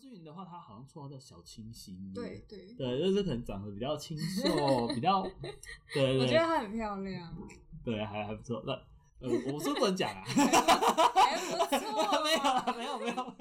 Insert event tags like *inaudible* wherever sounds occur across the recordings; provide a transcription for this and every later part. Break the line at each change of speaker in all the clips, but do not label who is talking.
志云的话，他好像绰号叫小清新，
对对，
对，就是可能长得比较清
*laughs*
秀，比较对
我
对
觉得她很漂亮，
*laughs* 对，还还不错。那呃，我是不能
*laughs*
讲啊， *laughs*
还
哎
不 *laughs* 错，
没有 *laughs* 啦，没有没有。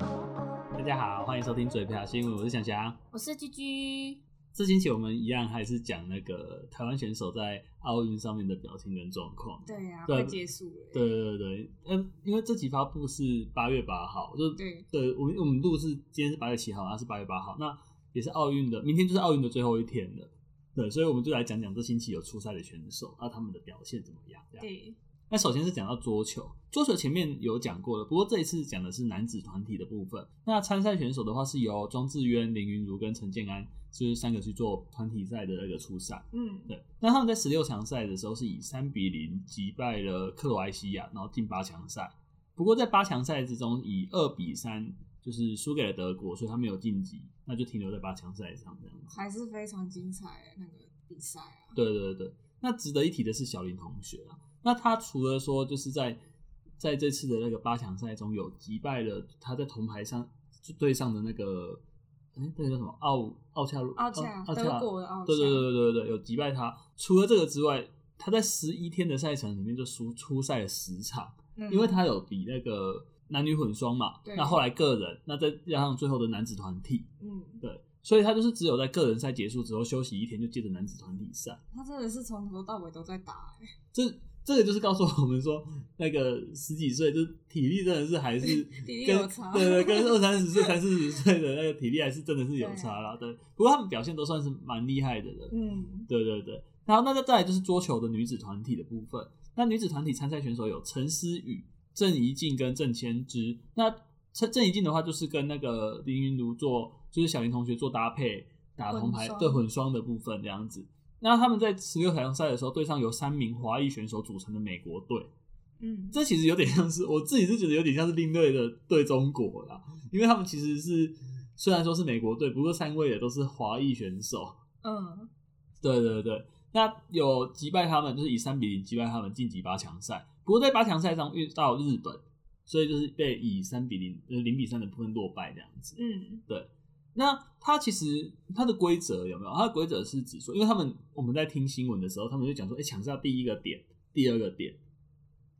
大家好，欢迎收听嘴瓢新闻，我是翔翔。
我是居居，
这星期我们一样还是讲那个台湾选手在奥运上面的表现跟状况。
对呀、
对
快结束了，
对对对，嗯，因为这集发布是八月八号，就
对
对我们我们录是今天是八月七号，然后啊是八月八号，那也是奥运的，明天就是奥运的最后一天了。对，所以我们就来讲讲这星期有出赛的选手，啊那、他们的表现怎么样？这样。
对
那首先是讲到桌球，桌球前面有讲过了，不过这一次讲的是男子团体的部分。那参赛选手的话是由庄智渊、林云儒跟陈建安，就是三个去做团体赛的那个初赛。
嗯，
对，那他们在十六强赛的时候是以三比零击败了克罗埃西亚，然后进八强赛。不过在八强赛之中，以二比三就是输给了德国，所以他没有晋级，那就停留在八强赛上这样子。
还是非常精彩那个比赛啊，
对对对，那值得一提的是小林同学啊，那他除了说就是在在这次的那个八强赛中有击败了他在铜牌上就对上的那个，哎、那个叫什么奥奥恰
奥恰
哦奥
德
恰
国的奥恰，
对对对对对对，有击败他。除了这个之外，他在十一天的赛程里面就输出赛了十场，
嗯
因为他有比那个男女混双嘛，
对
那后来个人，那再加上最后的男子团体，
嗯，
对，所以他就是只有在个人赛结束之后休息一天，就接着男子团体赛。
他真的是从头到尾都在打、欸，
这这个就是告诉我们说，那个十几岁就是体力真的是还是
*laughs* 体力
跟
有差
对对，跟二三十岁、三四十岁的那个体力还是真的是有差啦。对，不过他们表现都算是蛮厉害的了。
*laughs* 嗯，
对对对，然后那再再来就是桌球的女子团体的部分。那女子团体参赛选手有陈思雨、郑怡静跟郑千之。那郑郑怡静的话，就是跟那个林云如做，就是小林同学做搭配，打铜牌
混双
对混双的部分这样子。那他们在十六强赛的时候，对上由三名华裔选手组成的美国队，
嗯，
这其实有点像是我自己是觉得有点像是另类的对中国啦，因为他们其实是虽然说是美国队，不过三位也都是华裔选手，
嗯，
对对对，那有击败他们，就是以三比零击败他们晋级八强赛。不过在八强赛上遇到日本，所以就是被以三比零呃零比三的部分落败这样子。
嗯，
那它其实它的规则有没有？它的规则是指说，因为他们我们在听新闻的时候，他们就讲说，哎、抢下第一个点，第二个点，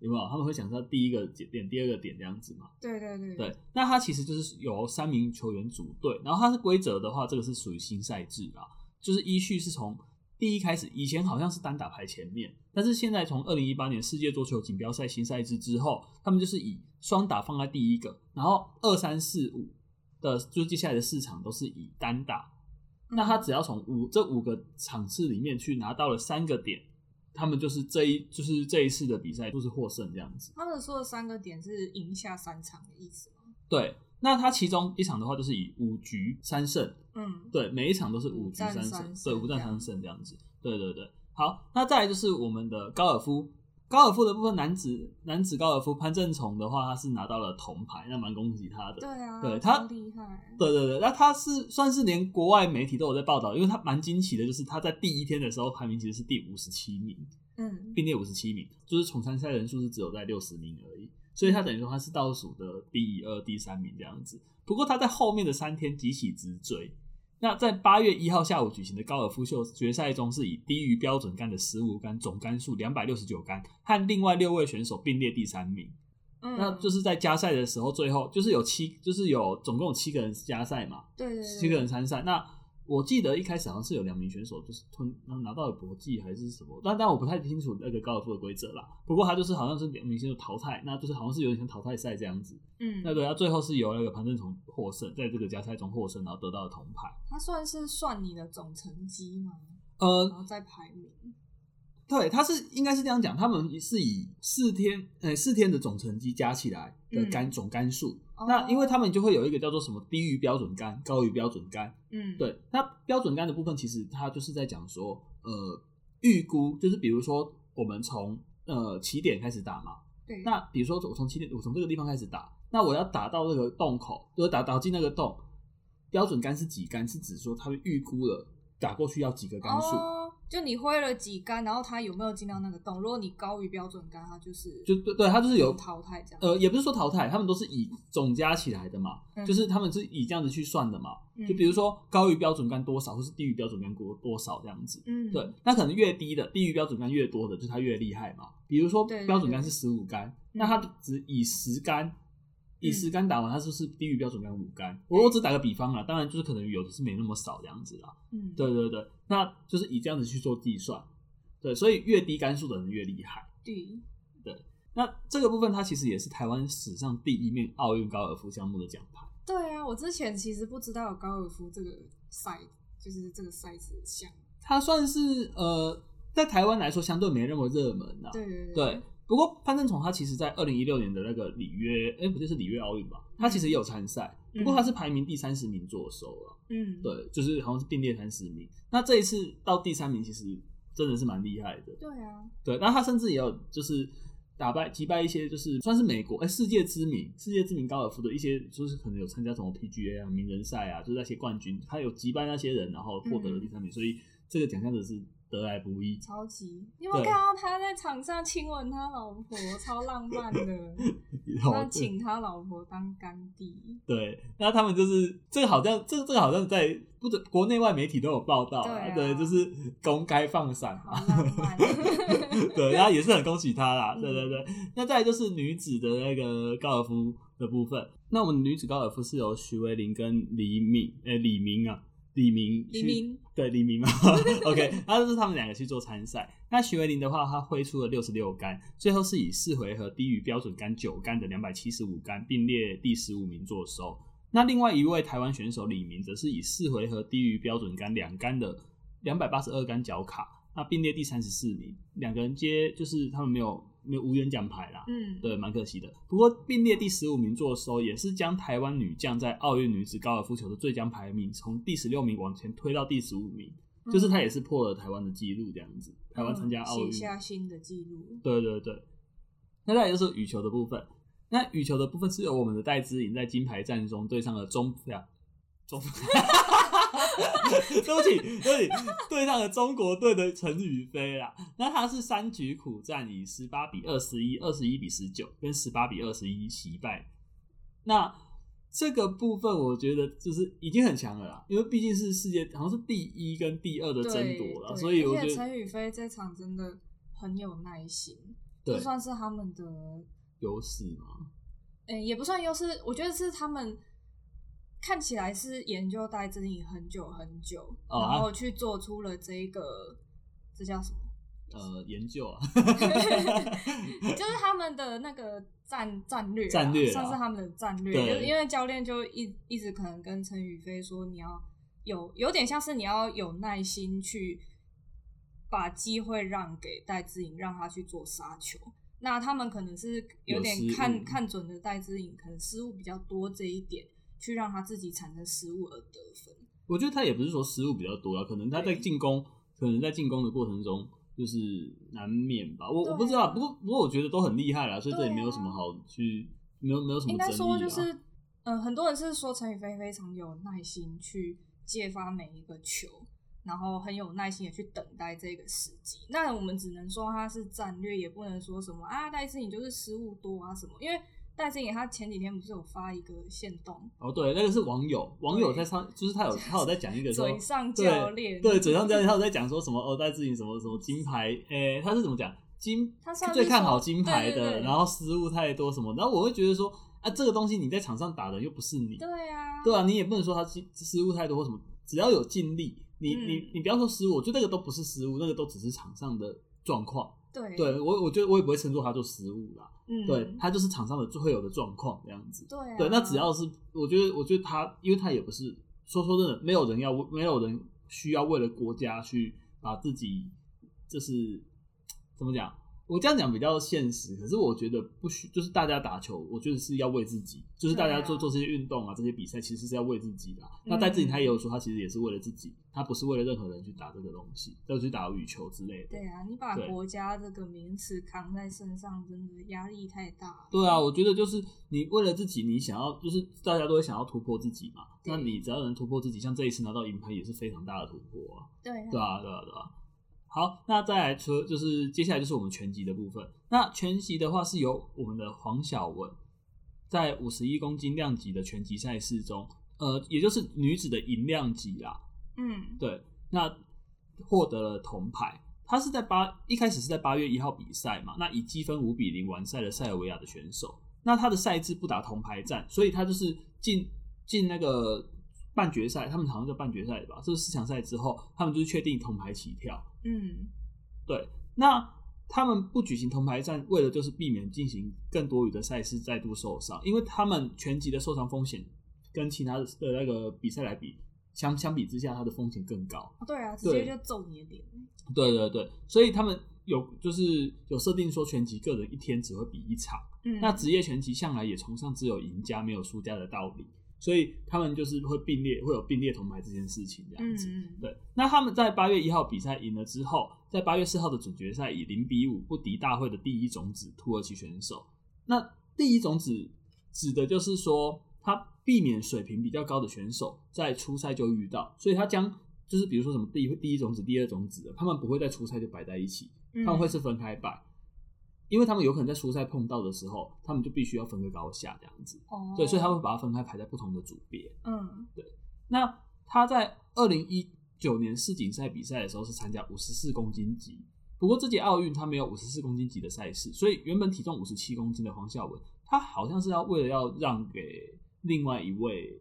有没有？他们会抢下第一个点，第二个点这样子嘛？
对对对，嗯
对，那它其实就是由三名球员组队，然后它是规则的话，这个是属于新赛制啦，就是依序是从第一开始，以前好像是单打排前面，但是现在从二零一八年世界桌球锦标赛新赛制之后，他们就是以双打放在第一个，然后二三四五的，就是接下来的四场都是以单打，
嗯
那他只要从五这五个场次里面去拿到了三个点，他们就是这一就是这一次的比赛就是获胜这样子。
他们说的三个点是赢下三场的意思吗？
对，那他其中一场的话就是以五局三胜，
嗯，
对，每一场都是
五
五局
战
三
三
胜，
胜
对，五战
这样
三胜这样子。对对对，好，那再来就是我们的高尔夫，高尔夫的部分男子男子高尔夫潘正崇的话，他是拿到了铜牌，那蛮恭喜他的。
对啊，
对他
超厉害，
对对对，那他是算是连国外媒体都有在报道，因为他蛮惊奇的，就是他在第一天的时候排名其实是第五十七名，
嗯，
并列五十七名，就是总参赛人数是只有在六十名而已，所以他等于说他是倒数的第二、第三名这样子。不过他在后面的三天急起直追。那在八月一号下午举行的高尔夫球决赛中，是以低于标准杆的十五杆总杆数两百六十九杆，和另外六位选手并列第三名。
嗯，
那就是在加赛的时候，最后就是有七，就是有总共有七个人加赛嘛，
对对对，
七个人参赛。那我记得一开始好像是有两名选手就是吞拿到了搏击还是什么，但但我不太清楚那个高尔夫的规则啦。不过他就是好像是两名选手淘汰，那就是好像是有点像淘汰赛这样子。
嗯，
那对，他最后是由那个潘正崇获胜，在这个加赛中获胜，然后得到了铜牌。
他算是算你的总成绩吗？
呃
然，后再排名，
对，他是应该是这样讲，他们是以四天呃四天的总成绩加起来的杆、
嗯
总杆数。
哦
那因为他们就会有一个叫做什么低于标准杆、高于标准杆，
嗯，
对，那标准杆的部分，其实它就是在讲说，呃，预估就是比如说我们从呃起点开始打嘛，
对，
那比如说我从起点，我从这个地方开始打，那我要打到那个洞口，就是打打进那个洞，标准杆是几杆？是指说他们预估了打过去要几个杆数，
哦，就你挥了几杆，然后他有没有进到那个洞？如果你高于标准杆，他就是
就对对，他就是有
嗯淘汰这样。
呃，也不是说淘汰，他们都是以总加起来的嘛，
嗯
呃就是他们是以这样子去算的嘛。
嗯
就比如说高于标准杆多少，或是低于标准杆多多少这样子。
嗯，
对，那可能越低的，低于标准杆越多的，就是它越厉害嘛。比如说
对对
标准杆是十五杆，那它只以十杆，以
嗯
十杆打完，它就是低于标准杆五杆。我我只打个比方啦，当然就是可能有的是没那么少这样子啦。
嗯，
对对对，那就是以这样子去做计算。对，所以越低杆数的人越厉害。
对，
那这个部分它其实也是台湾史上第一面奥运高尔夫项目的奖牌。
对啊，我之前其实不知道有高尔夫这个赛，就是这个赛事项。
它算是呃，在台湾来说相对没那么热门啊。
对对
对，不过潘正崇他其实在二零一六年的那个里约，哎、不对，是里约奥运吧？他其实也有参赛，
嗯
不过他是排名第三十名做收了、
嗯，
对，就是好像是并列三十名。那这一次到第三名，其实真的是蛮厉害的。
对啊，
对，那他甚至也有就是打败击败一些就是算是美国哎、世界知名世界知名高尔夫的一些就是可能有参加什么 PGA 啊名人赛啊，就是那些冠军，他有击败那些人，然后获得了第
嗯
三名，所以这个奖项真的是得来不易。
超级！你有没有
对
看到他在场上亲吻他老婆，超浪漫
*laughs*
的。
然
他
后
请他老婆当干弟。
对，那他们就是这个好像这这个好像在不止国内外媒体都有报道、
对啊
对，就是公开放闪啊
好
*laughs* 嘛。
浪漫，哦
*laughs* 对，然后也是很恭喜她啦，
嗯
对对对。那再来就是女子的那个高尔夫的部分，那我们女子高尔夫是由徐维玲跟李敏，呃、李明啊，李明，
黎
徐
明，
对李明嘛，OK，那就是他们两个去做参赛。那徐维玲的话，她挥出了六十六杆，最后是以四回合低于标准杆九杆的两百七十五杆并列第十五名坐收。那另外一位台湾选手李明，则是以四回合低于标准杆两杆的两百八十二杆脚卡，那并列第三十四名。两个人皆就是他们没有没有无缘奖牌啦，*laughs*
嗯，
对，蛮可惜的。不过并列第十五名坐收，也是将台湾女将在奥运女子高尔夫球的最佳排名从第十六名往前推到第十五名，
嗯，
就是她也是破了台湾的纪录，这样子，台湾参加奥运、
写下新的记录。
对对对，那再来就是羽球的部分。那羽球的部分是由我们的戴资颖在金牌战中对上了中啊中， *laughs* 对不起对不起，对上了中国队的陈雨菲啦。那他是三局苦战，以十八比二十一、二十一比十九跟十八比二十一惜败。那这个部分我觉得就是已经很强了啦，因为毕竟是世界好像是第一跟第二的
对，
争夺了，
对
所以我
而
觉
且
得
陈宇飞这场真的很有耐心，
对
就算是他们的，
优势嘛，
诶、也不算优势，我觉得是他们。看起来是研究戴资颖很久很久，
哦啊
然后去做出了这一个，这叫什么？
呃，研究
*laughs*
啊。 *laughs*
就是他们的那个战战略啊，
战略啊
算是他们的战略，
对
就是因为教练就一一直可能跟陈宇飞说，你要有有点像是你要有耐心去把机会让给戴资颖，让他去做杀球。那他们可能是有
有
点
失误
看看准了戴资颖可能失误比较多这一点，去让他自己产生失误而得分。
我觉得他也不是说失误比较多啊，可能他在
对
进攻，可能在进攻的过程中就是难免吧。我
对啊
我不知道，不过不过我觉得都很厉害啦，所以这也
对啊
没有什么好去，没有没有什么
应该
争议啊。
说就是，嗯、很多人是说陈宇飞非常有耐心去揭发每一个球，然后很有耐心的去等待这个时机。那我们只能说他是战略，也不能说什么啊，戴志颖就是失误多啊什么，因为戴志颖他前几天不是有发一个线动，
哦，对，那个是网友，网友
对
在上，就是他有他有在讲一个说
嘴上教练，
对，嘴上这样，他有在讲说什么哦，戴志颖什么什么金牌，诶、他是怎么讲金？
他算是
最看好
说
金牌的，
对对对
然后失误太多什么，然后我会觉得说啊，这个东西你在场上打的又不是你，
对啊，
对啊，你也不能说他失失误太多或什么，只要有尽力，你、
嗯
你你不要说失误，我觉得那个都不是失误，那个都只是场上的状况。
对
对我，我觉得我也不会称作他做失误啦，
嗯，
对他就是场上的最会有的状况这样子。
对啊
对，那只要是我觉得，我觉得他，因为他也不是说说真的，没有人要为，没有人需要为了国家去把自己就是怎么讲我这样讲比较现实，可是我觉得不需，就是大家打球，我觉得是要为自己，就是大家做、
对啊
做这些运动啊，这些比赛其实是要为自己的啊、
嗯
那戴志颖他也有说，他其实也是为了自己，他不是为了任何人去打这个东西，要去打羽球之类的。
对啊，你把
对
国家这个名词扛在身上，真的压力太大了。
对啊，我觉得就是你为了自己，你想要就是大家都会想要突破自己嘛。
对
那你只要能突破自己，像这一次拿到银牌也是非常大的突破啊。
对啊
对啊，对啊，对啊。好，那再来除了就是接下来就是我们拳击的部分。那拳击的话是由我们的黄晓雯在五十一公斤量级的拳击赛事中，呃，也就是女子的银量级啦，
嗯，
对，那获得了铜牌。她是在八一开始是在八月一号比赛嘛，那以积分五比零完赛了塞尔维亚的选手。那她的赛制不打铜牌战，所以她就是进进那个半决赛，他们好像叫半决赛吧，就是四强赛之后，他们就是确定铜牌起跳。
嗯，
对，那他们不举行铜牌战，为了就是避免进行更多余的赛事再度受伤，因为他们全集的受伤风险跟其他的呃那个比赛来比，相相比之下，它的风险更高。
对啊，直接
对
就揍你的脸。
对对对，所以他们有就是有设定说，拳击个人一天只会比一场。
嗯，
那职业拳击向来也崇尚只有赢家没有输家的道理，所以他们就是会并列，会有并列铜牌这件事情这样
嗯
子。
嗯，
对，那他们在八月一号比赛赢了之后，在八月四号的准决赛以零比五不敌大会的第一种子土耳其选手。那第一种子指的就是说，他避免水平比较高的选手在初赛就遇到，所以他将就是比如说什么第一第一种子、第二种子的，他们不会在初赛就摆在一起，
嗯
他们会是分开摆，因为他们有可能在初赛碰到的时候，他们就必须要分个高下这样子。
哦，
对，所以他会把它分开排在不同的组别。
嗯
那他在二零一九年世锦赛比赛的时候是参加五十四公斤级，不过这届奥运他没有五十四公斤级的赛事，所以原本体重五十七公斤的黄孝文，他好像是要为了要让给另外一位。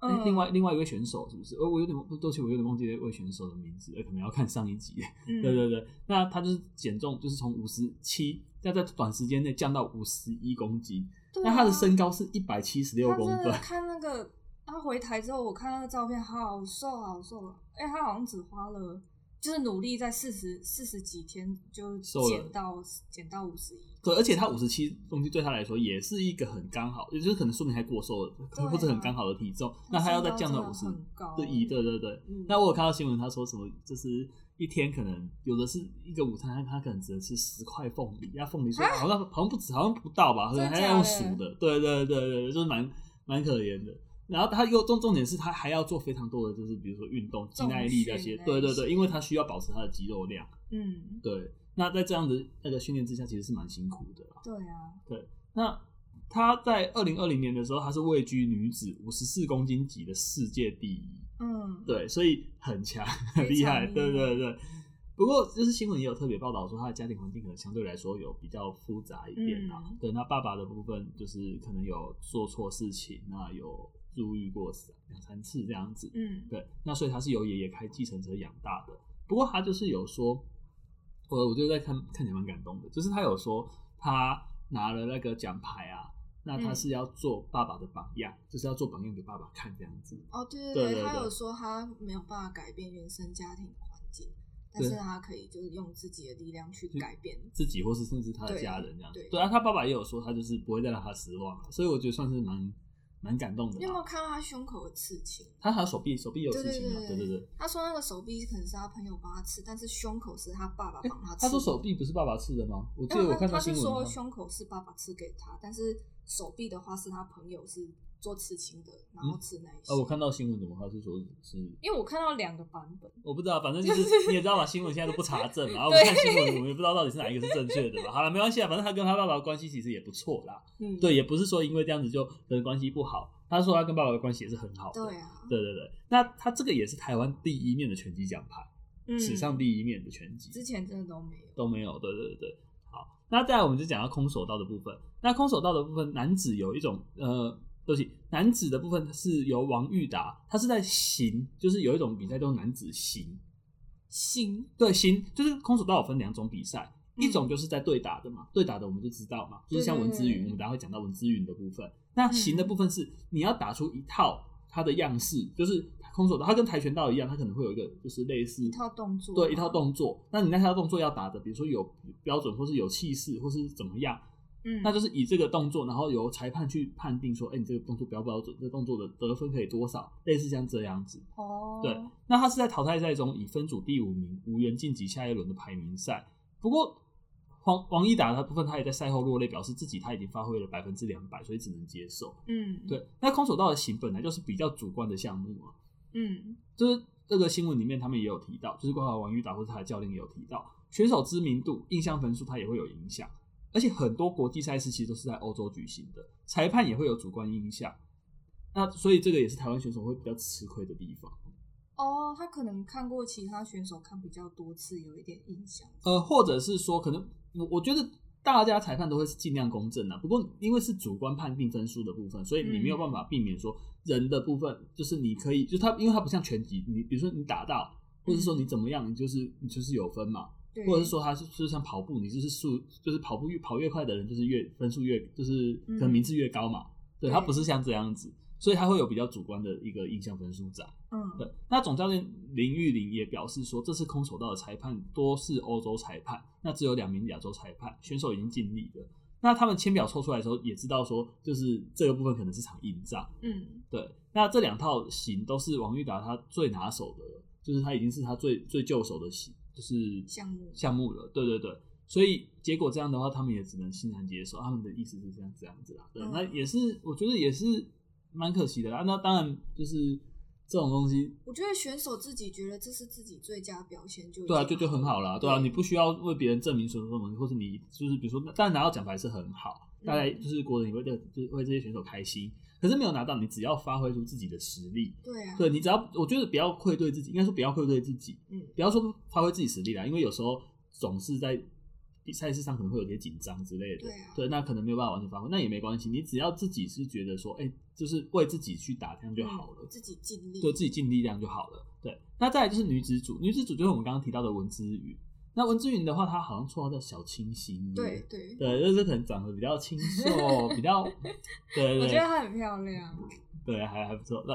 诶
嗯，
另外另外一位选手是不是？我我有点对不起，我有点忘记那位选手的名字，呃可能要看上一集。*laughs*
嗯
对对对，那他就是减重，就是从五十七，要在短时间内降到五十一公斤。
对
那他的
啊
身高是一百七十六
他
公
真的
分，
看那个，他回台之后，我看那个照片，好瘦好瘦啊！哎、他好像只花了，就是努力在四十四十几天就
瘦了
减到减到五十一。
对，而且他五十七公斤对他来说也是一个很刚好，也就是可能说明还过瘦了，
对啊
或者很刚好的体重。那他要再降到五十
身高真的很高
对一，对对对。
嗯
那我有看到新闻，他说什么就是一天可能有的是一个午餐，他可能只能吃十块凤梨，那凤梨说好像好像不止，好像不到吧，可能
啊真的
还要用数
假的
的。对对对对，就是蛮蛮可怜的。然后他又重重点是他还要做非常多的，就是比如说运动、肌
重
耐力那些，
训那
对对对，
些
因为他需要保持他的肌肉量。
嗯，
对，那在这样的那个训练之下，其实是蛮辛苦的啦。
对啊，
那她在二零二零年的时候，她是位居女子五十四公斤级的世界第一，
嗯，
对，所以很强， *laughs*
非
很
常
厉害，
厉害
对对对。不过，就是新闻也有特别报道说，她的家庭环境可能相对来说有比较复杂一点啊。
嗯
对，那爸爸的部分就是可能有做错事情，那有入狱过两三次这样子。
嗯，
对，那所以他是由爷爷开计程车养大的。不过他就是有说，我我就在看看起来蛮感动的，就是他有说他拿了那个奖牌啊，那他
嗯
是要做爸爸的榜样，就是要做榜样给爸爸看这样子。
哦，对对
对
对，
对
他
对
有说他没有办法改变原生家庭的环境，但
对嗯
是他可以就是用自己的力量去
去
改变。
自己或是甚至他的家人这样子，
对对
对啊，他爸爸也有说他就是不会再让他失望了，所以我觉得算是蛮蛮感动的
你有没有
啦。
看到他胸口的刺青？
他还有手臂，手臂有事情啊，对
对对对
对对。
他说那个手臂可能是他朋友帮他刺，但是胸口是他爸爸
诶
帮他刺。
他说手，臂不是爸爸刺的吗？我记得我
他
看到
他
新
是
闻
说
了，
胸口是爸爸刺给他，但是手臂的话是他朋友是做刺青的，然后刺那一些。
呃，我看到新闻怎么他是说是
因为我看到两个版本，
我不知道，反正就是你也知道吧，新闻现在都不查证
*laughs*
嘛，然后我
对
们看新闻，我们也不知道到底是哪一个是正确的嘛。好了，没关系啊，反正他跟他爸爸的关系其实也不错啦。
嗯，
对，也不是说因为这样子就跟关系不好，他说他跟爸爸的关系也是很好的。
对啊，
对对对那他这个也是台湾第一面的拳击奖牌，
嗯
史上第一面的拳击
之前真的都没有。
都没有。对对对对，好，那再来我们就讲到空手道的部分。那空手道的部分，男子有一种呃。对不起，男子的部分是由王玉达，他是在行，就是有一种比赛叫男子行，
行，
对，行，就是空手道有分两种比赛，
嗯
一种就是在对打的嘛，对打的我们就知道嘛，就是像文之
对对嗯
云，
对
我们等一下会讲到文之云的部分。那行的部分是你要打出一套它它的样式，就是空手道，它跟跆拳道一样，它可能会有一个就是类似
一套动作，
对一套，动作，那你那套动作要打的，比如说有标准，或是有气势，或是怎么样，
嗯，
那就是以这个动作，然后由裁判去判定说，哎、你这个动作标不标准，这个动作的得分可以多少，类似像这样子。
哦，
对，那他是在淘汰赛中以分组第五名无缘晋级下一轮的排名赛。不过黄王一达的部分，他也在赛后落泪，表示自己他已经发挥了百分之两百，所以只能接受。
嗯，，
对，那空手道的型本来就是比较主观的项目啊，
嗯
就是这个新闻里面他们也有提到，就是关怀王玉达或者他的教练也有提到，选手知名度、印象分数它也会有影响，而且很多国际赛事其实都是在欧洲举行的，裁判也会有主观印象，那所以这个也是台湾选手会比较吃亏的地方。
哦，他可能看过其他选手看比较多次，有一点印象，
呃，或者是说，可能我我觉得大家裁判都会是尽量公正的，不过因为是主观判定分数的部分，所以你没有办法避免说人的部分，就是你可以，就他因为他不像拳击，你比如说你打到，或者说你怎么样，你就是你就是有分嘛，
对，
或者是说他是就像跑步，你就是速就是跑步越跑越快的人，就是越分数越就是可能名次越高嘛，对他
对
不是像这样子，所以他会有比较主观的一个印象分数在。
嗯，
对，那总教练林玉玲也表示说，这次空手道的裁判多是欧洲裁判，那只有两名亚洲裁判，选手已经尽力了。那他们签表抽出来的时候，也知道说，就是这个部分可能是场硬仗。
嗯，
对，那这两套型都是王玉达他最拿手的了，就是他已经是他最最就手的型，就是
项目
项目了。对对对，所以结果这样的话，他们也只能欣然接受。他们的意思是这样这样子啦。对，
嗯
那也是我觉得也是蛮可惜的啦。那当然就是这种东西，
我觉得选手自己觉得这是自己最佳表现就已经
对啊，就就很好啦，对啊，
对
你不需要为别人证明什么什么，或是你就是比如说，当然拿到奖牌是很好，
嗯
大概就是国人也会对就是为这些选手开心。可是没有拿到，你只要发挥出自己的实力，
对啊，
对你只要我觉得不要愧对自己，应该说不要愧对自己，
嗯
不要说发挥自己实力啦，因为有时候总是在比赛事上可能会有些紧张之类的，
对啊
那可能没有办法完全发挥，那也没关系，你只要自己是觉得说，哎、就是为自己去打，这样就好了。
嗯自己尽力，
对自己尽力量就好了。对，那再来就是女子组，女子组就是我们刚刚提到的文之云。那文之云的话，她好像绰号叫小清新，
对对，
对，就是可能长得比较清秀，比
*laughs*
较对对
我觉得
对
她很漂亮，
对，还还不错。那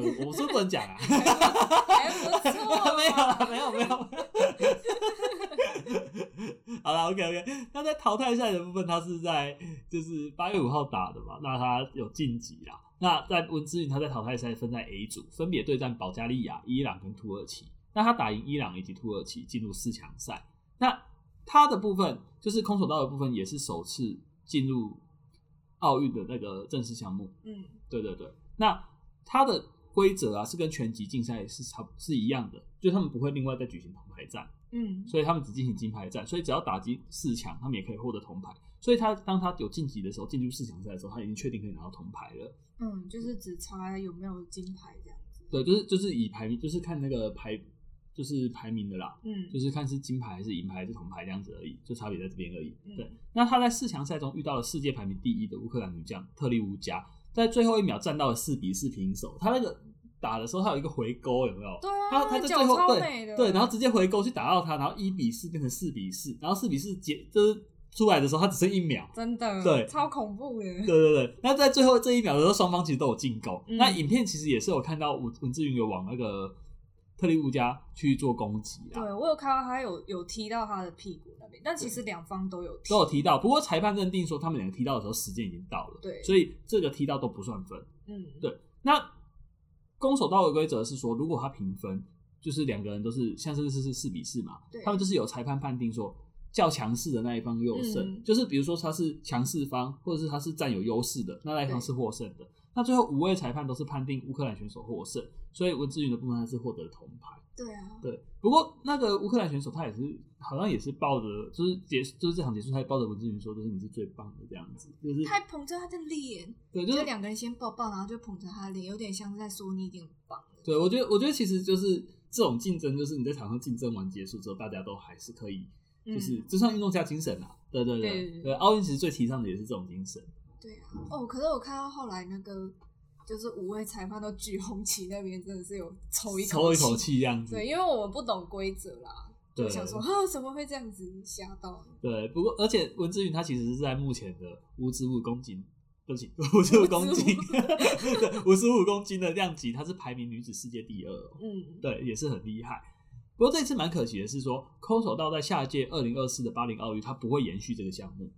呃，我是不能讲啊，
*laughs* 还不错啊吧，
*laughs* 没有啦没有没有。好了，OK OK。那在淘汰赛的部分，他是在就是八月五号打的嘛，那他有晋级啦。那在文之云，他在淘汰赛分在 A 组，分别对战保加利亚、伊朗跟土耳其。那他打赢伊朗以及土耳其，进入四强赛。那他的部分就是空手道的部分，也是首次进入奥运的那个正式项目。
嗯
对对对，那它的规则啊是跟拳击竞赛是差不是一样的，就他们不会另外再举行铜牌战，
嗯，
所以他们只进行金牌战，所以只要打进四强，他们也可以获得铜牌。所以他当他有晋级的时候，进入四强赛的时候，他已经确定可以拿到铜牌了。
嗯，就是只差有没有金牌这样子。
对，就是就是以排名，就是看那个排，就是排名的啦，
嗯，
就是看是金牌还是银牌还是铜牌这样子而已，就差别在这边而已。
嗯
对，那他在四强赛中遇到了世界排名第一的乌克兰女将特利乌加，在最后一秒战到了四比四平手。他那个打的时候，他有一个回勾，有没有？
对啊，
他他在
脚
最后
超美
对
的，
对，然后直接回勾去打到他，然后一比四变成四比四，然后四比四结就是出来的时候，他只剩一秒。
真的
对
超恐怖的，
对对对，那在最后这一秒的时候，双方其实都有进攻。
嗯
那影片其实也是有看到文文志云有往那个特利乌加去做攻击啊，
对我有看到他有有踢到他的屁股那边，但其实两方都有踢，
都有提到。不过裁判认定说他们两个踢到的时候时间已经到了，
对
所以这个踢到都不算分。
嗯，
对那攻守道的规则是说，如果他平分，就是两个人都是像这次是四比四嘛
对，
他们就是有裁判判定说较强势的那一方优胜，
嗯
就是比如说他是强势方，或者是他是占有优势的，那那一方是获胜的。那最后五位裁判都是判定乌克兰选手获胜，所以文志云的部分他是获得了铜牌。
对啊，
对，不过那个乌克兰选手他也是好像也是抱着，就是结就是这场结束，他也抱着文志云说，就是你是最棒的这样子，就是
他还捧着他的脸，
对，就
就是两个人先抱抱，然后就捧着他的脸，有点像是在说你一定很棒的，
对，我觉得，我觉得其实就是这种竞争，就是你在场上竞争完结束之后，大家都还是可以，就是、
嗯、
这算运动家精神啊。对对
对
对
对对
对，奥运其实最提倡的也是这种精神。
对啊，哦，可是我看到后来那个就是五位裁判都举红旗那边真的是有抽一
抽一口
口，
气这样子。
对，因为我们不懂规则啦，
对
就想说啊怎么会这样子吓到呢？
对，不过而且文志云他其实是在目前的无植物攻击对不起，五十五公斤，对，五十五公斤的量级，她是排名女子世界第二、哦，
嗯，
对，也是很厉害。不过这次蛮可惜的是说，空手道在下届二零二四的巴黎奥运，它不会延续这个项目。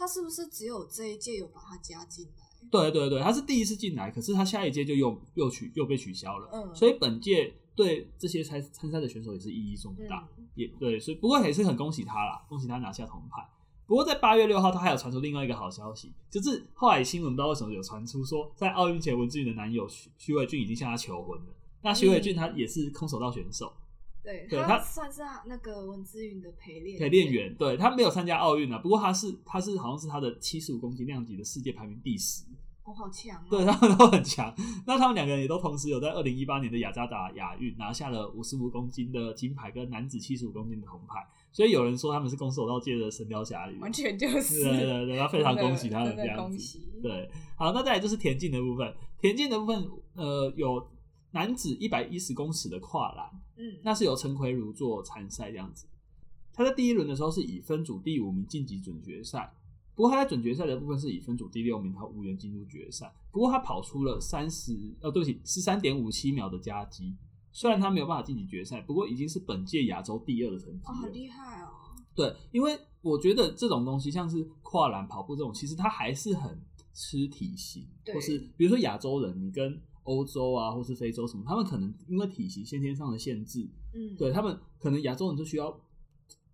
他是不是只有这一届有把它加进来？
对对对，它是第一次进来，可是它下一届就又又取又被取消了。
嗯，
所
以
以本届对这些参参赛的选手也是意义重大，
嗯、
也对，所以不过也是很恭喜他啦，恭喜他拿下铜牌。不过在八月六号，他还有传出另外一个好消息，就是后来新闻不知道为什么有传出说，在奥运前文志宇的男友徐徐伟俊已经向她求婚了。那徐
嗯
伟俊他也是空手道选手，
对，
对
他
他
算是那个文之云的陪练
陪练，员，对他没有参加奥运啊，不过他是他是好像是他的七十五公斤量级的世界排名第十，
我、好强、哦，
对他们都很强。那他们两个人也都同时有在二零一八年的雅加达亚运拿下了五十五公斤的金牌跟男子七十五公斤的铜牌，所以有人说他们是空手道界的神雕侠侣。
*laughs* 完全就是
对对对
*laughs*
对，他非常恭喜他们
真的
这
真的
样
恭
子。
喜，
对，好，那再来就是田径的部分。田径的部分，呃，有男子一百一十公尺的跨栏，
嗯，
那是由陈奎如做参赛这样子。他在第一轮的时候是以分组第五名晋级准决赛，不过他在准决赛的部分是以分组第六名，他无缘进入决赛。不过他跑出了三十，呃，对不起，十三点五七秒的佳绩。虽然他没有办法晋级决赛，不过已经是本届亚洲第二的成绩
哦，好
了。
厉害哦，
对，因为我觉得这种东西，像是跨栏、跑步这种，其实它还是很吃体型，
对
或是比如说亚洲人，你跟欧洲啊，或是非洲什么，他们可能因为体型先天上的限制，
嗯，
对他们可能亚洲人就需要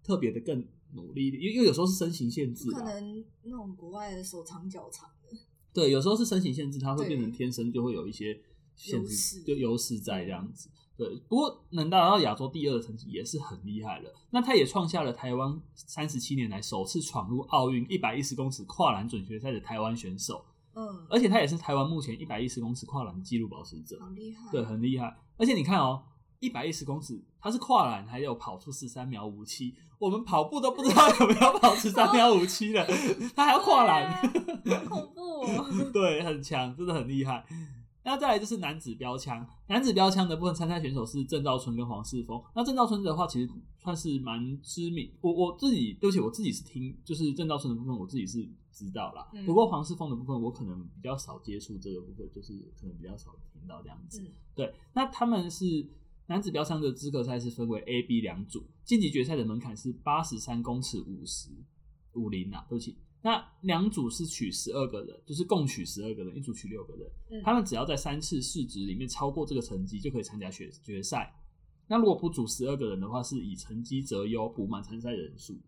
特别的更努力一点，因为因为有时候是身形限
不
制
可
啊，
能那种国外的手长脚长的，
对，有时候是身形限制，它会
对
变成天生就会有一些限
优
制
势，
就优势在这样子。对，不过能达到亚洲第二的成绩也是很厉害了。那他也创下了台湾三十七年来首次闯入奥运一百一十公尺跨栏准决赛的台湾选手，
嗯，
而且他也是台湾目前一百一十公尺跨栏纪录保持者。
好厉害，哦
对，很厉害。而且你看哦，一百一十公尺，它是跨栏，还有跑出十三秒五七。我们跑步都不知道有没有跑十三秒五七
*laughs*
了，他还要跨栏，
哦对啊，
*laughs*
好恐怖哦，
对，很强，真的很厉害。那再来就是男子标枪，男子标枪的部分参赛选手是郑兆春跟黄世峰。那郑兆春的话，其实算是蛮知名，我我自己对不起，我自己是听，就是郑兆春的部分，我自己是知道啦。
嗯
不过黄世峰的部分，我可能比较少接触这个部分，就是可能比较少听到这样子。
嗯
对，那他们是男子标枪的资格赛是分为 A、B 两组，晋级决赛的门槛是八十三公尺五十五零啊，对不起。那两组是取十二个人，就是共取十二个人，一组取六个人。
嗯，
他们只要在三次试值里面超过这个成绩，就可以参加决决赛。那如果不足十二个人的话，是以成绩择优补满参赛人数。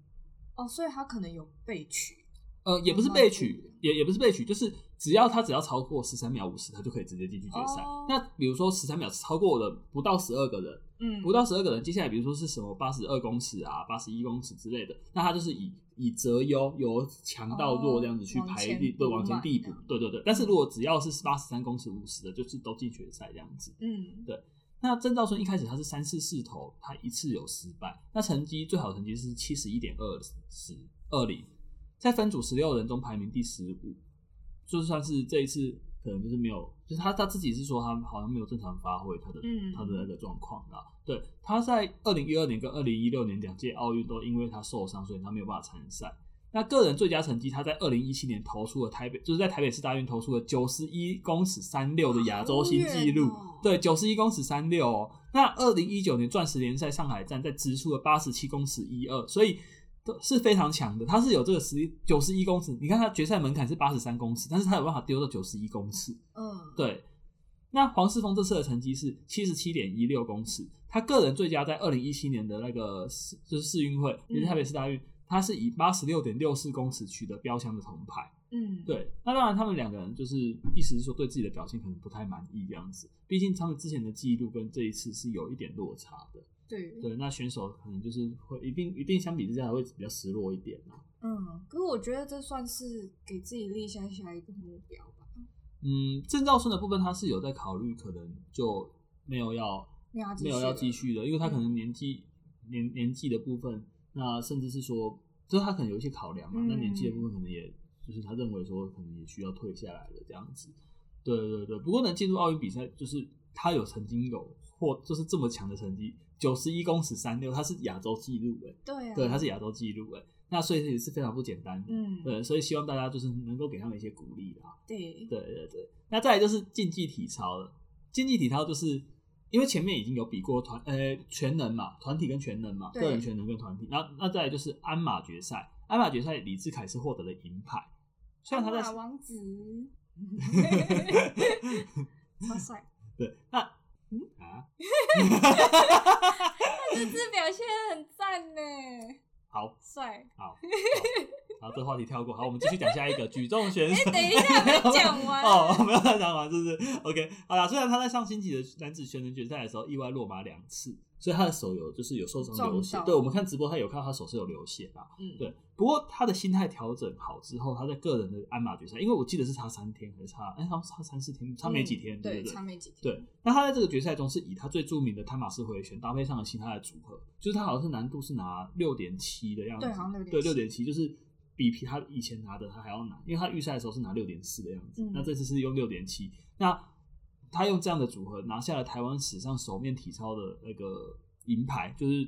哦，所以他可能有被取，
呃，也不是
嗯
被
那
取
不一样，
也也不是被取，就是只要他只要超过十三秒五十，他就可以直接进去决赛。
哦
那比如说十三秒超过了不到十二个人，
嗯，
不到十二个人，接下来比如说是什么八十二公尺啊、八十一公尺之类的，那他就是以以择优，由强到弱这样子去
哦往
排
前
列，对，
补
往前
满
递
这
补
样，
对对对。但是如果只要是八十三公尺、五十的，就是都进决赛这样子。
嗯，
那郑兆春一开始他是三次试投，他一次有失败，那成绩最好的成绩是七十一点二十二零，在分组十六人中排名第十五，就算是这一次可能就是没有，就是他他自己是说他好像没有正常发挥他的、
嗯
他的那个状况啦。对，他在二零一二年跟二零一六年两届奥运都因为他受伤，所以他没有办法参赛。那个人最佳成绩，他在二零一七年投出了台北，就是在台北市大运投出了九十一公尺三六的亚洲新纪录，
好远哦
对，九十一公尺三六哦。那二零一九年钻石联赛上海站在直出了八十七公尺一二，所以都是非常强的。他是有这个实力，九十一公尺，你看他决赛门槛是八十三公尺，但是他有办法丢到九十一公尺。
嗯，，
对，那黄世峰这次的成绩是七十七点一六公尺，他个人最佳在二零一七年的那个世就是世运会，也是台北市大运，他是以八十六点六四公尺取得标枪的铜牌。
嗯，，
对，那当然他们两个人就是意思是说对自己的表现可能不太满意这样子，毕竟他们之前的记录跟这一次是有一点落差的。
对，
对，那选手可能就是会一定一定相比之下会比较失落一点啊啦。
嗯，可是我觉得这算是给自己立下下一个目标吧，
嗯，郑兆顺的部分他是有在考虑，可能就没有要
没有要继
没有要继
续嗯
续的，因为他可能年纪年年纪的部分，那甚至是说，就是他可能有一些考量嘛，那
嗯
年纪的部分可能也就是他认为说可能也需要退下来了这样子。对对对，不过能进入奥运比赛，就是他有曾经有获，就是这么强的成绩，九十一公尺三六，他是亚洲纪录哎，
对啊，
对，他是亚洲纪录哎。那所以也是非常不简单的。
嗯，
对，所以希望大家就是能够给他们一些鼓励啦。
对，
对对对，那再来就是竞技体操了。竞技体操就是因为前面已经有比过团呃全能嘛，团体跟全能嘛，
对
个人全能跟团体。然后那再来就是鞍马决赛，鞍马决赛李志凯是获得了银牌，虽然他在
马王子，
*laughs*
超帅，
对那嗯啊
这次表现很赞呢，
好
帅。
好好，好，这个话题跳过，好，我们继续讲下一个举重选手。
哎等一
*laughs*
下，没讲完。
哦，没有讲完，是不是？OK，好啦。虽然他在上星期的男子全能决赛的时候意外落马两次，所以他的手有就是有受伤流血
撞。到
对我们看直播，他有看到他手是有流血的啊。
嗯，
对，不过他的心态调整好之后，他在个人的鞍马决赛，因为我记得是差三天还是差，哎，好像差三四天，差没几天，
嗯
对
对，
不对
差？没几天。
对，那他在这个决赛中是以他最著名的汤马斯回旋搭配上了其他的组合，就是他好像是难度是拿六点七的样子，
对好像6.7
对六点七就是比比他以前拿的他还要难，因为他预赛的时候是拿六点四的样子，
嗯
那这次是用六点七，那他用这样的组合拿下了台湾史上首面体操的那个银牌，就是。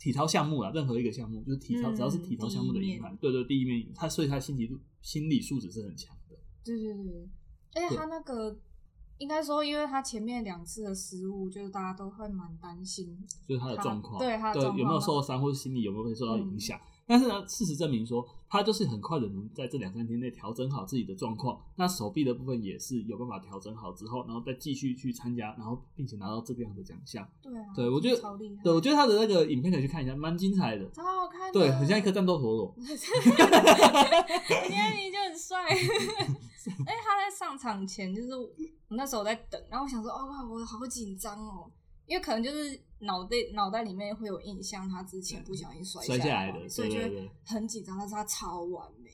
体操项目啊，任何一个项目就是体操，
嗯
只要是体操项目的
第一
银
面
牌，对对，第一面他，所以他心理心理素质是很强的。
对对对，而且他那个应该说，因为他前面两次的失误，就是大家都会蛮担心。
就是他的状况，
他对他的状况嗯
有没有受伤或者心理有没有被受到影响。但是呢，事实证明说，他就是很快的能在这两三天内调整好自己的状况。那手臂的部分也是有办法调整好之后，然后再继续去参加，然后并且拿到这个样的奖项。
对啊，
对我觉得
超厉害，
对，我觉得他的那个影片可以去看一下，蛮精彩的。
超好看的，
对，很像一颗战斗陀螺。
人家你就
*laughs*
很帅。哎，他在上场前，就是我那时候在等，然后我想说，哦哇，我好紧张哦，因为可能就是脑袋脑袋里面会有印象，他之前不小心摔
摔下来的
嘛所以就
对对
会
对
很紧张。但是他超完美，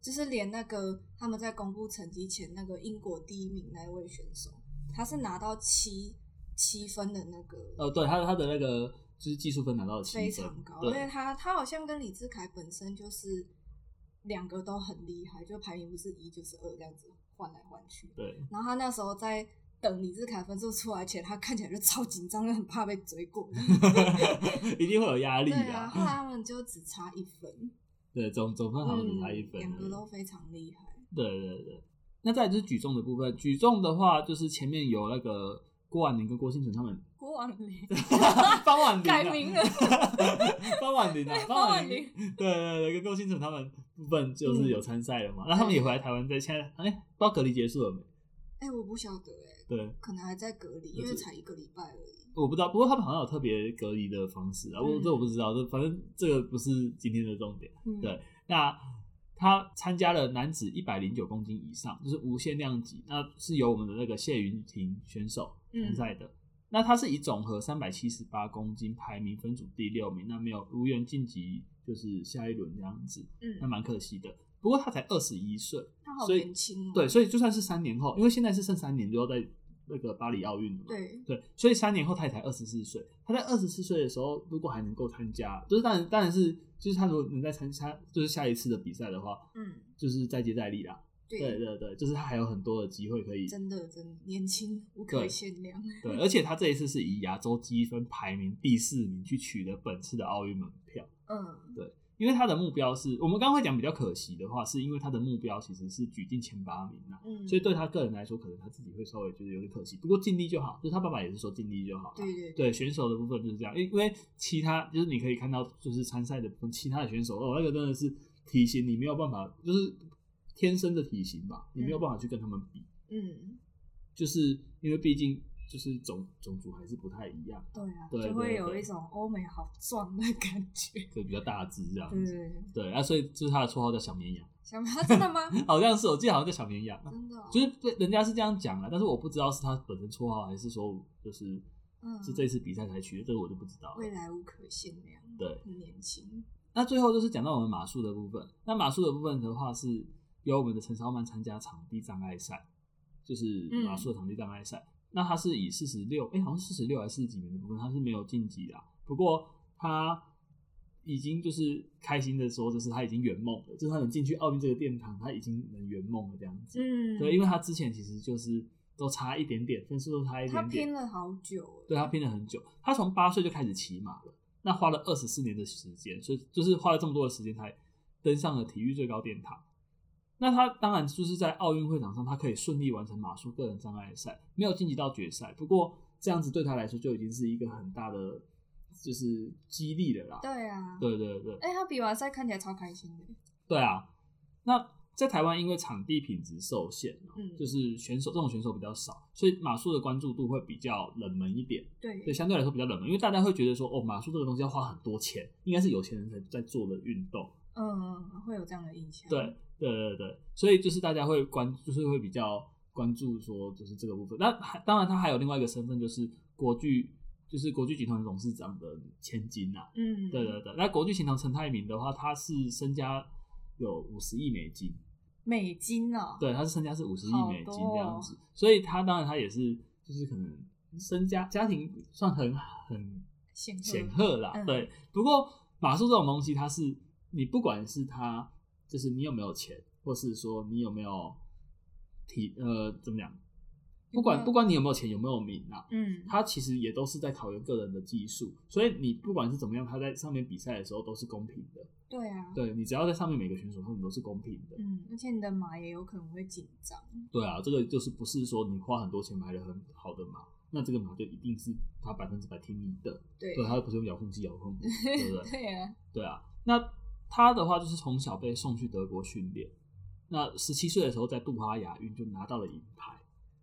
就是连那个他们在公布成绩前，那个英国第一名那一位选手，他是拿到七七分的那个，
呃，对，他他的那个就是技术分拿到了七分，
非常高，而且
对
他他好像跟李志凯本身就是两个都很厉害，就排名不是一就是二这样子换来换去。
对 *laughs*
然后他那时候在等李志凯分数出来前，他看起来就超紧张，就很怕被追
*laughs*
过。
对，一定会有压力
对
的
啊，后来他们就只差一分，
对，总总分 *laughs* 好像只差一分而已，
嗯两个都非常厉害。
对对对，那再来就是举重的部分，举重的话就是前面有那个郭婉玲跟郭新存他
*laughs*
们，
郭婉
*laughs*
玲
方婉玲、啊、*laughs*
改名了，
方婉玲
*laughs*
啊，
方
婉
婉嗯
玲，
玲
对对对，跟郭新存他们部分就是有参赛了嘛，那、他们也回来台湾，在现在哎，不知道隔离结束了没？
哎、我不晓得哎、
对，
可能还在隔离，因
就是
为才一个礼拜而已。
我不知道，不过他们好像有特别隔离的方式啊，我、
嗯
这我不知道，这反正这个不是今天的重点。
嗯，
对那他参加了男子一百零九公斤以上，就是无限量级，那是由我们的那个谢云婷选手参赛的。那他是以总和三百七十八公斤排名分组第六名，那没有无缘晋级，就是下一轮这样子，那
嗯，
蛮可惜的。不过他才二十一岁，
他好
所以
年轻哦。
对，所以就算是三年后，因为现在是剩三年就要在那个巴黎奥运了嘛，
对，
对，所以三年后他也才二十四岁。他在二十四岁的时候，如果还能够参加，就是当然当然是，就是他如果能再参加，就是下一次的比赛的话，
嗯，
就是再接再厉啦。对
对，
对对，就是他还有很多的机会可以。
真的真的年轻无可
对
限量。
对，而且他这一次是以亚洲积分排名第四名去取得本次的奥运门票，
嗯，
因为他的目标是我们刚刚会讲比较可惜的话，是因为他的目标其实是举进前八名啊，
嗯，
所以对他个人来说，可能他自己会稍微觉得有点可惜，不过尽力就好，就是他爸爸也是说尽力就好啦。
对对对，
对选手的部分就是这样，因因为其他就是你可以看到，就是参赛的部分，其他的选手哦，那个真的是体型你没有办法，就是天生的体型吧，你没有办法去跟他们比，
嗯，
就是因为毕竟就是种种族还是不太一样，
对啊，
对
就
对
会有
对
一种欧美好壮的感
*laughs*
觉。
就比较大只这样
对
子。
对对，
对啊，所以就是他的绰号叫小绵羊， *laughs*
想不到真的吗？
好像是我记得好像叫小绵羊，啊
真的哦，
就是对人家是这样讲了，啊但是我不知道是他本身绰号还是说就是
嗯
是这次比赛才取的，这个我就不知道了。
未来无可限量，
对，
很年轻。
那最后就是讲到我们马术的部分。那马术的部分的话，是由我们的陈少曼参加场地障碍赛，就是
嗯
马术的场地障碍赛。那他是以四十六，哎，好像四十六还是四十几名的部分，他是没有晋级啦。不过他已经就是开心的说，就是他已经圆梦了，就是他能进去奥运这个殿堂，他已经能圆梦了这样子。
嗯，
对，因为他之前其实就是都差一点点，分数都差一
他
点点
拼，了好久，
对他拼了很久。他从八岁就开始骑马了。那花了二十四年的时间，所以就是花了这么多的时间才登上了体育最高殿堂。那他当然就是在奥运会场上，他可以顺利完成马术个人障碍赛，没有晋级到决赛。不过这样子对他来说就已经是一个很大的就是激励了啦。
对啊，
对对对，
哎、他比完赛看起来超开心的，
对啊。那在台湾因为场地品质受限、啊，
嗯
就是选手这种选手比较少，所以马术的关注度会比较冷门一点。
对
对，相对来说比较冷门，因为大家会觉得说，哦，马术这个东西要花很多钱，应该是有钱人才在做的运动。
嗯，会有这样的印象。
对，对对对，所以就是大家会关，就是会比较关注说，就是这个部分。那还当然，他还有另外一个身份，就是国巨，就是国巨集团董事长的千金呐、啊。
嗯，
对对对，那国巨集团陈泰明的话，他是身家有五十亿美金，
美金啊、，
对，他是身家是五十亿美金
好多哦
这样子，所以他当然他也是就是可能身家家庭算很很
显
显
赫，
赫啦。
嗯
对，不过马术这种东西，它是你不管是它，就是你有没有钱，或是说你有没有体呃怎么讲，不
有没
管
有
不管你有没有钱有没有名啊，
嗯，
它其实也都是在考验个人的技术。所以你不管是怎么样，他在上面比赛的时候都是公平的。
对啊，
对你只要在上面每个选手他们都是公平的。
嗯，而且你的马也有可能会紧张，
对啊，这个就是不是说你花很多钱买了很好的马。那这个马就一定是它百分之百听你的，
对，
对，它不是用遥控器遥控，对不对？
对啊，
对啊，那他的话就是从小被送去德国训练，那十七岁的时候在杜哈亚运就拿到了银牌，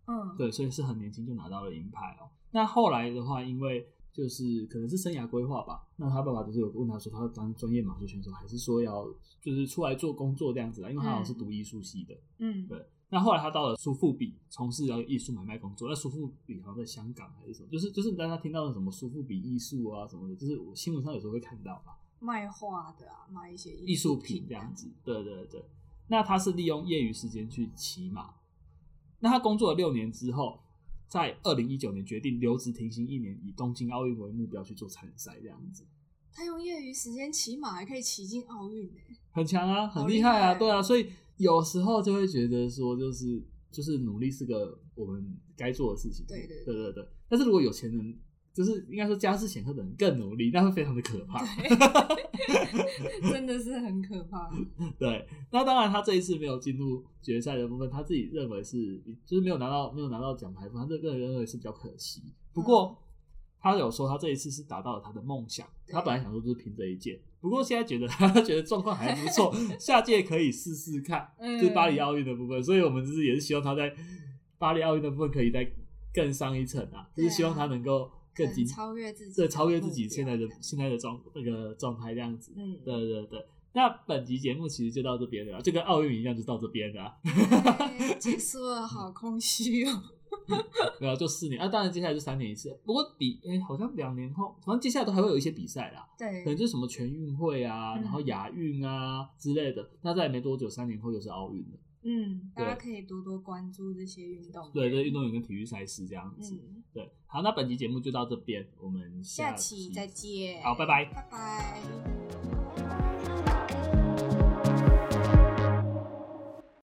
嗯，
对，所以是很年轻就拿到了银牌哦。那后来的话，因为就是可能是生涯规划吧，那他爸爸就是有问他说，他要当专业马术选手，还是说要就是出来做工作这样子啊啦？因为他好像是读艺术系的。
嗯，
对那后来他到了苏富比从事了艺术买卖工作，那苏富比好像在香港还是什么，就是就是大家听到的什么苏富比艺术啊什么的，就是我新闻上有时候会看到嘛。
卖画的啊，卖一些
艺术
品
品这样子。对对对，那他是利用业余时间去骑马。那他工作了六年之后，在二零一九年决定留职停薪一年，以东京奥运为目标去做参赛，这样子
他用业余时间骑马，还可以骑进奥运
*laughs*
呢。
很强啊，很
好
厉
厉
害啊，
害
对啊，所以有时候就会觉得说，就是就是努力是个我们该做的事情，
对对
对对对。但是如果有钱人，就是应该说家世显赫的人更努力，那会非常的可怕。
真的是很可怕。
对，那当然他这一次没有进入决赛的部分，他自己认为是就是没有拿到没有拿到奖牌，他这个人认为是比较可惜。不过、他有说他这一次是达到了他的梦想，
嗯对
他本来想说就是凭这一届，不过现在觉得他觉得状况还不
*laughs*
错，下届可以试试看，
嗯
就是巴黎奥运的部分，所以我们就是也是希望他在巴黎奥运的部分可以再更上一层啊，就
对啊
是希望他能够更
能
精
超越自己
对
的
超越自
目
己现在的
标
现在的状那个状态这样子。
嗯，
对对对，那本集节目其实就到这边了，就跟奥运一样，就到这边了啊，
哎结束了，好空虚哦。
*laughs* 没有就四年啊，当然接下来就三年一次，不过比哎、好像两年后，反正接下来都还会有一些比赛啦，
对
可，能就是什么全运会啊，
嗯
然后亚运啊之类的，那再没多久，三年后又是奥运了，
嗯，大家
对
可以多多关注这些运动。
对，这运动员跟体育赛事这样子，
嗯，
对，好，那本集节目就到这边，我们
下
期
期再见。
好拜拜
拜拜。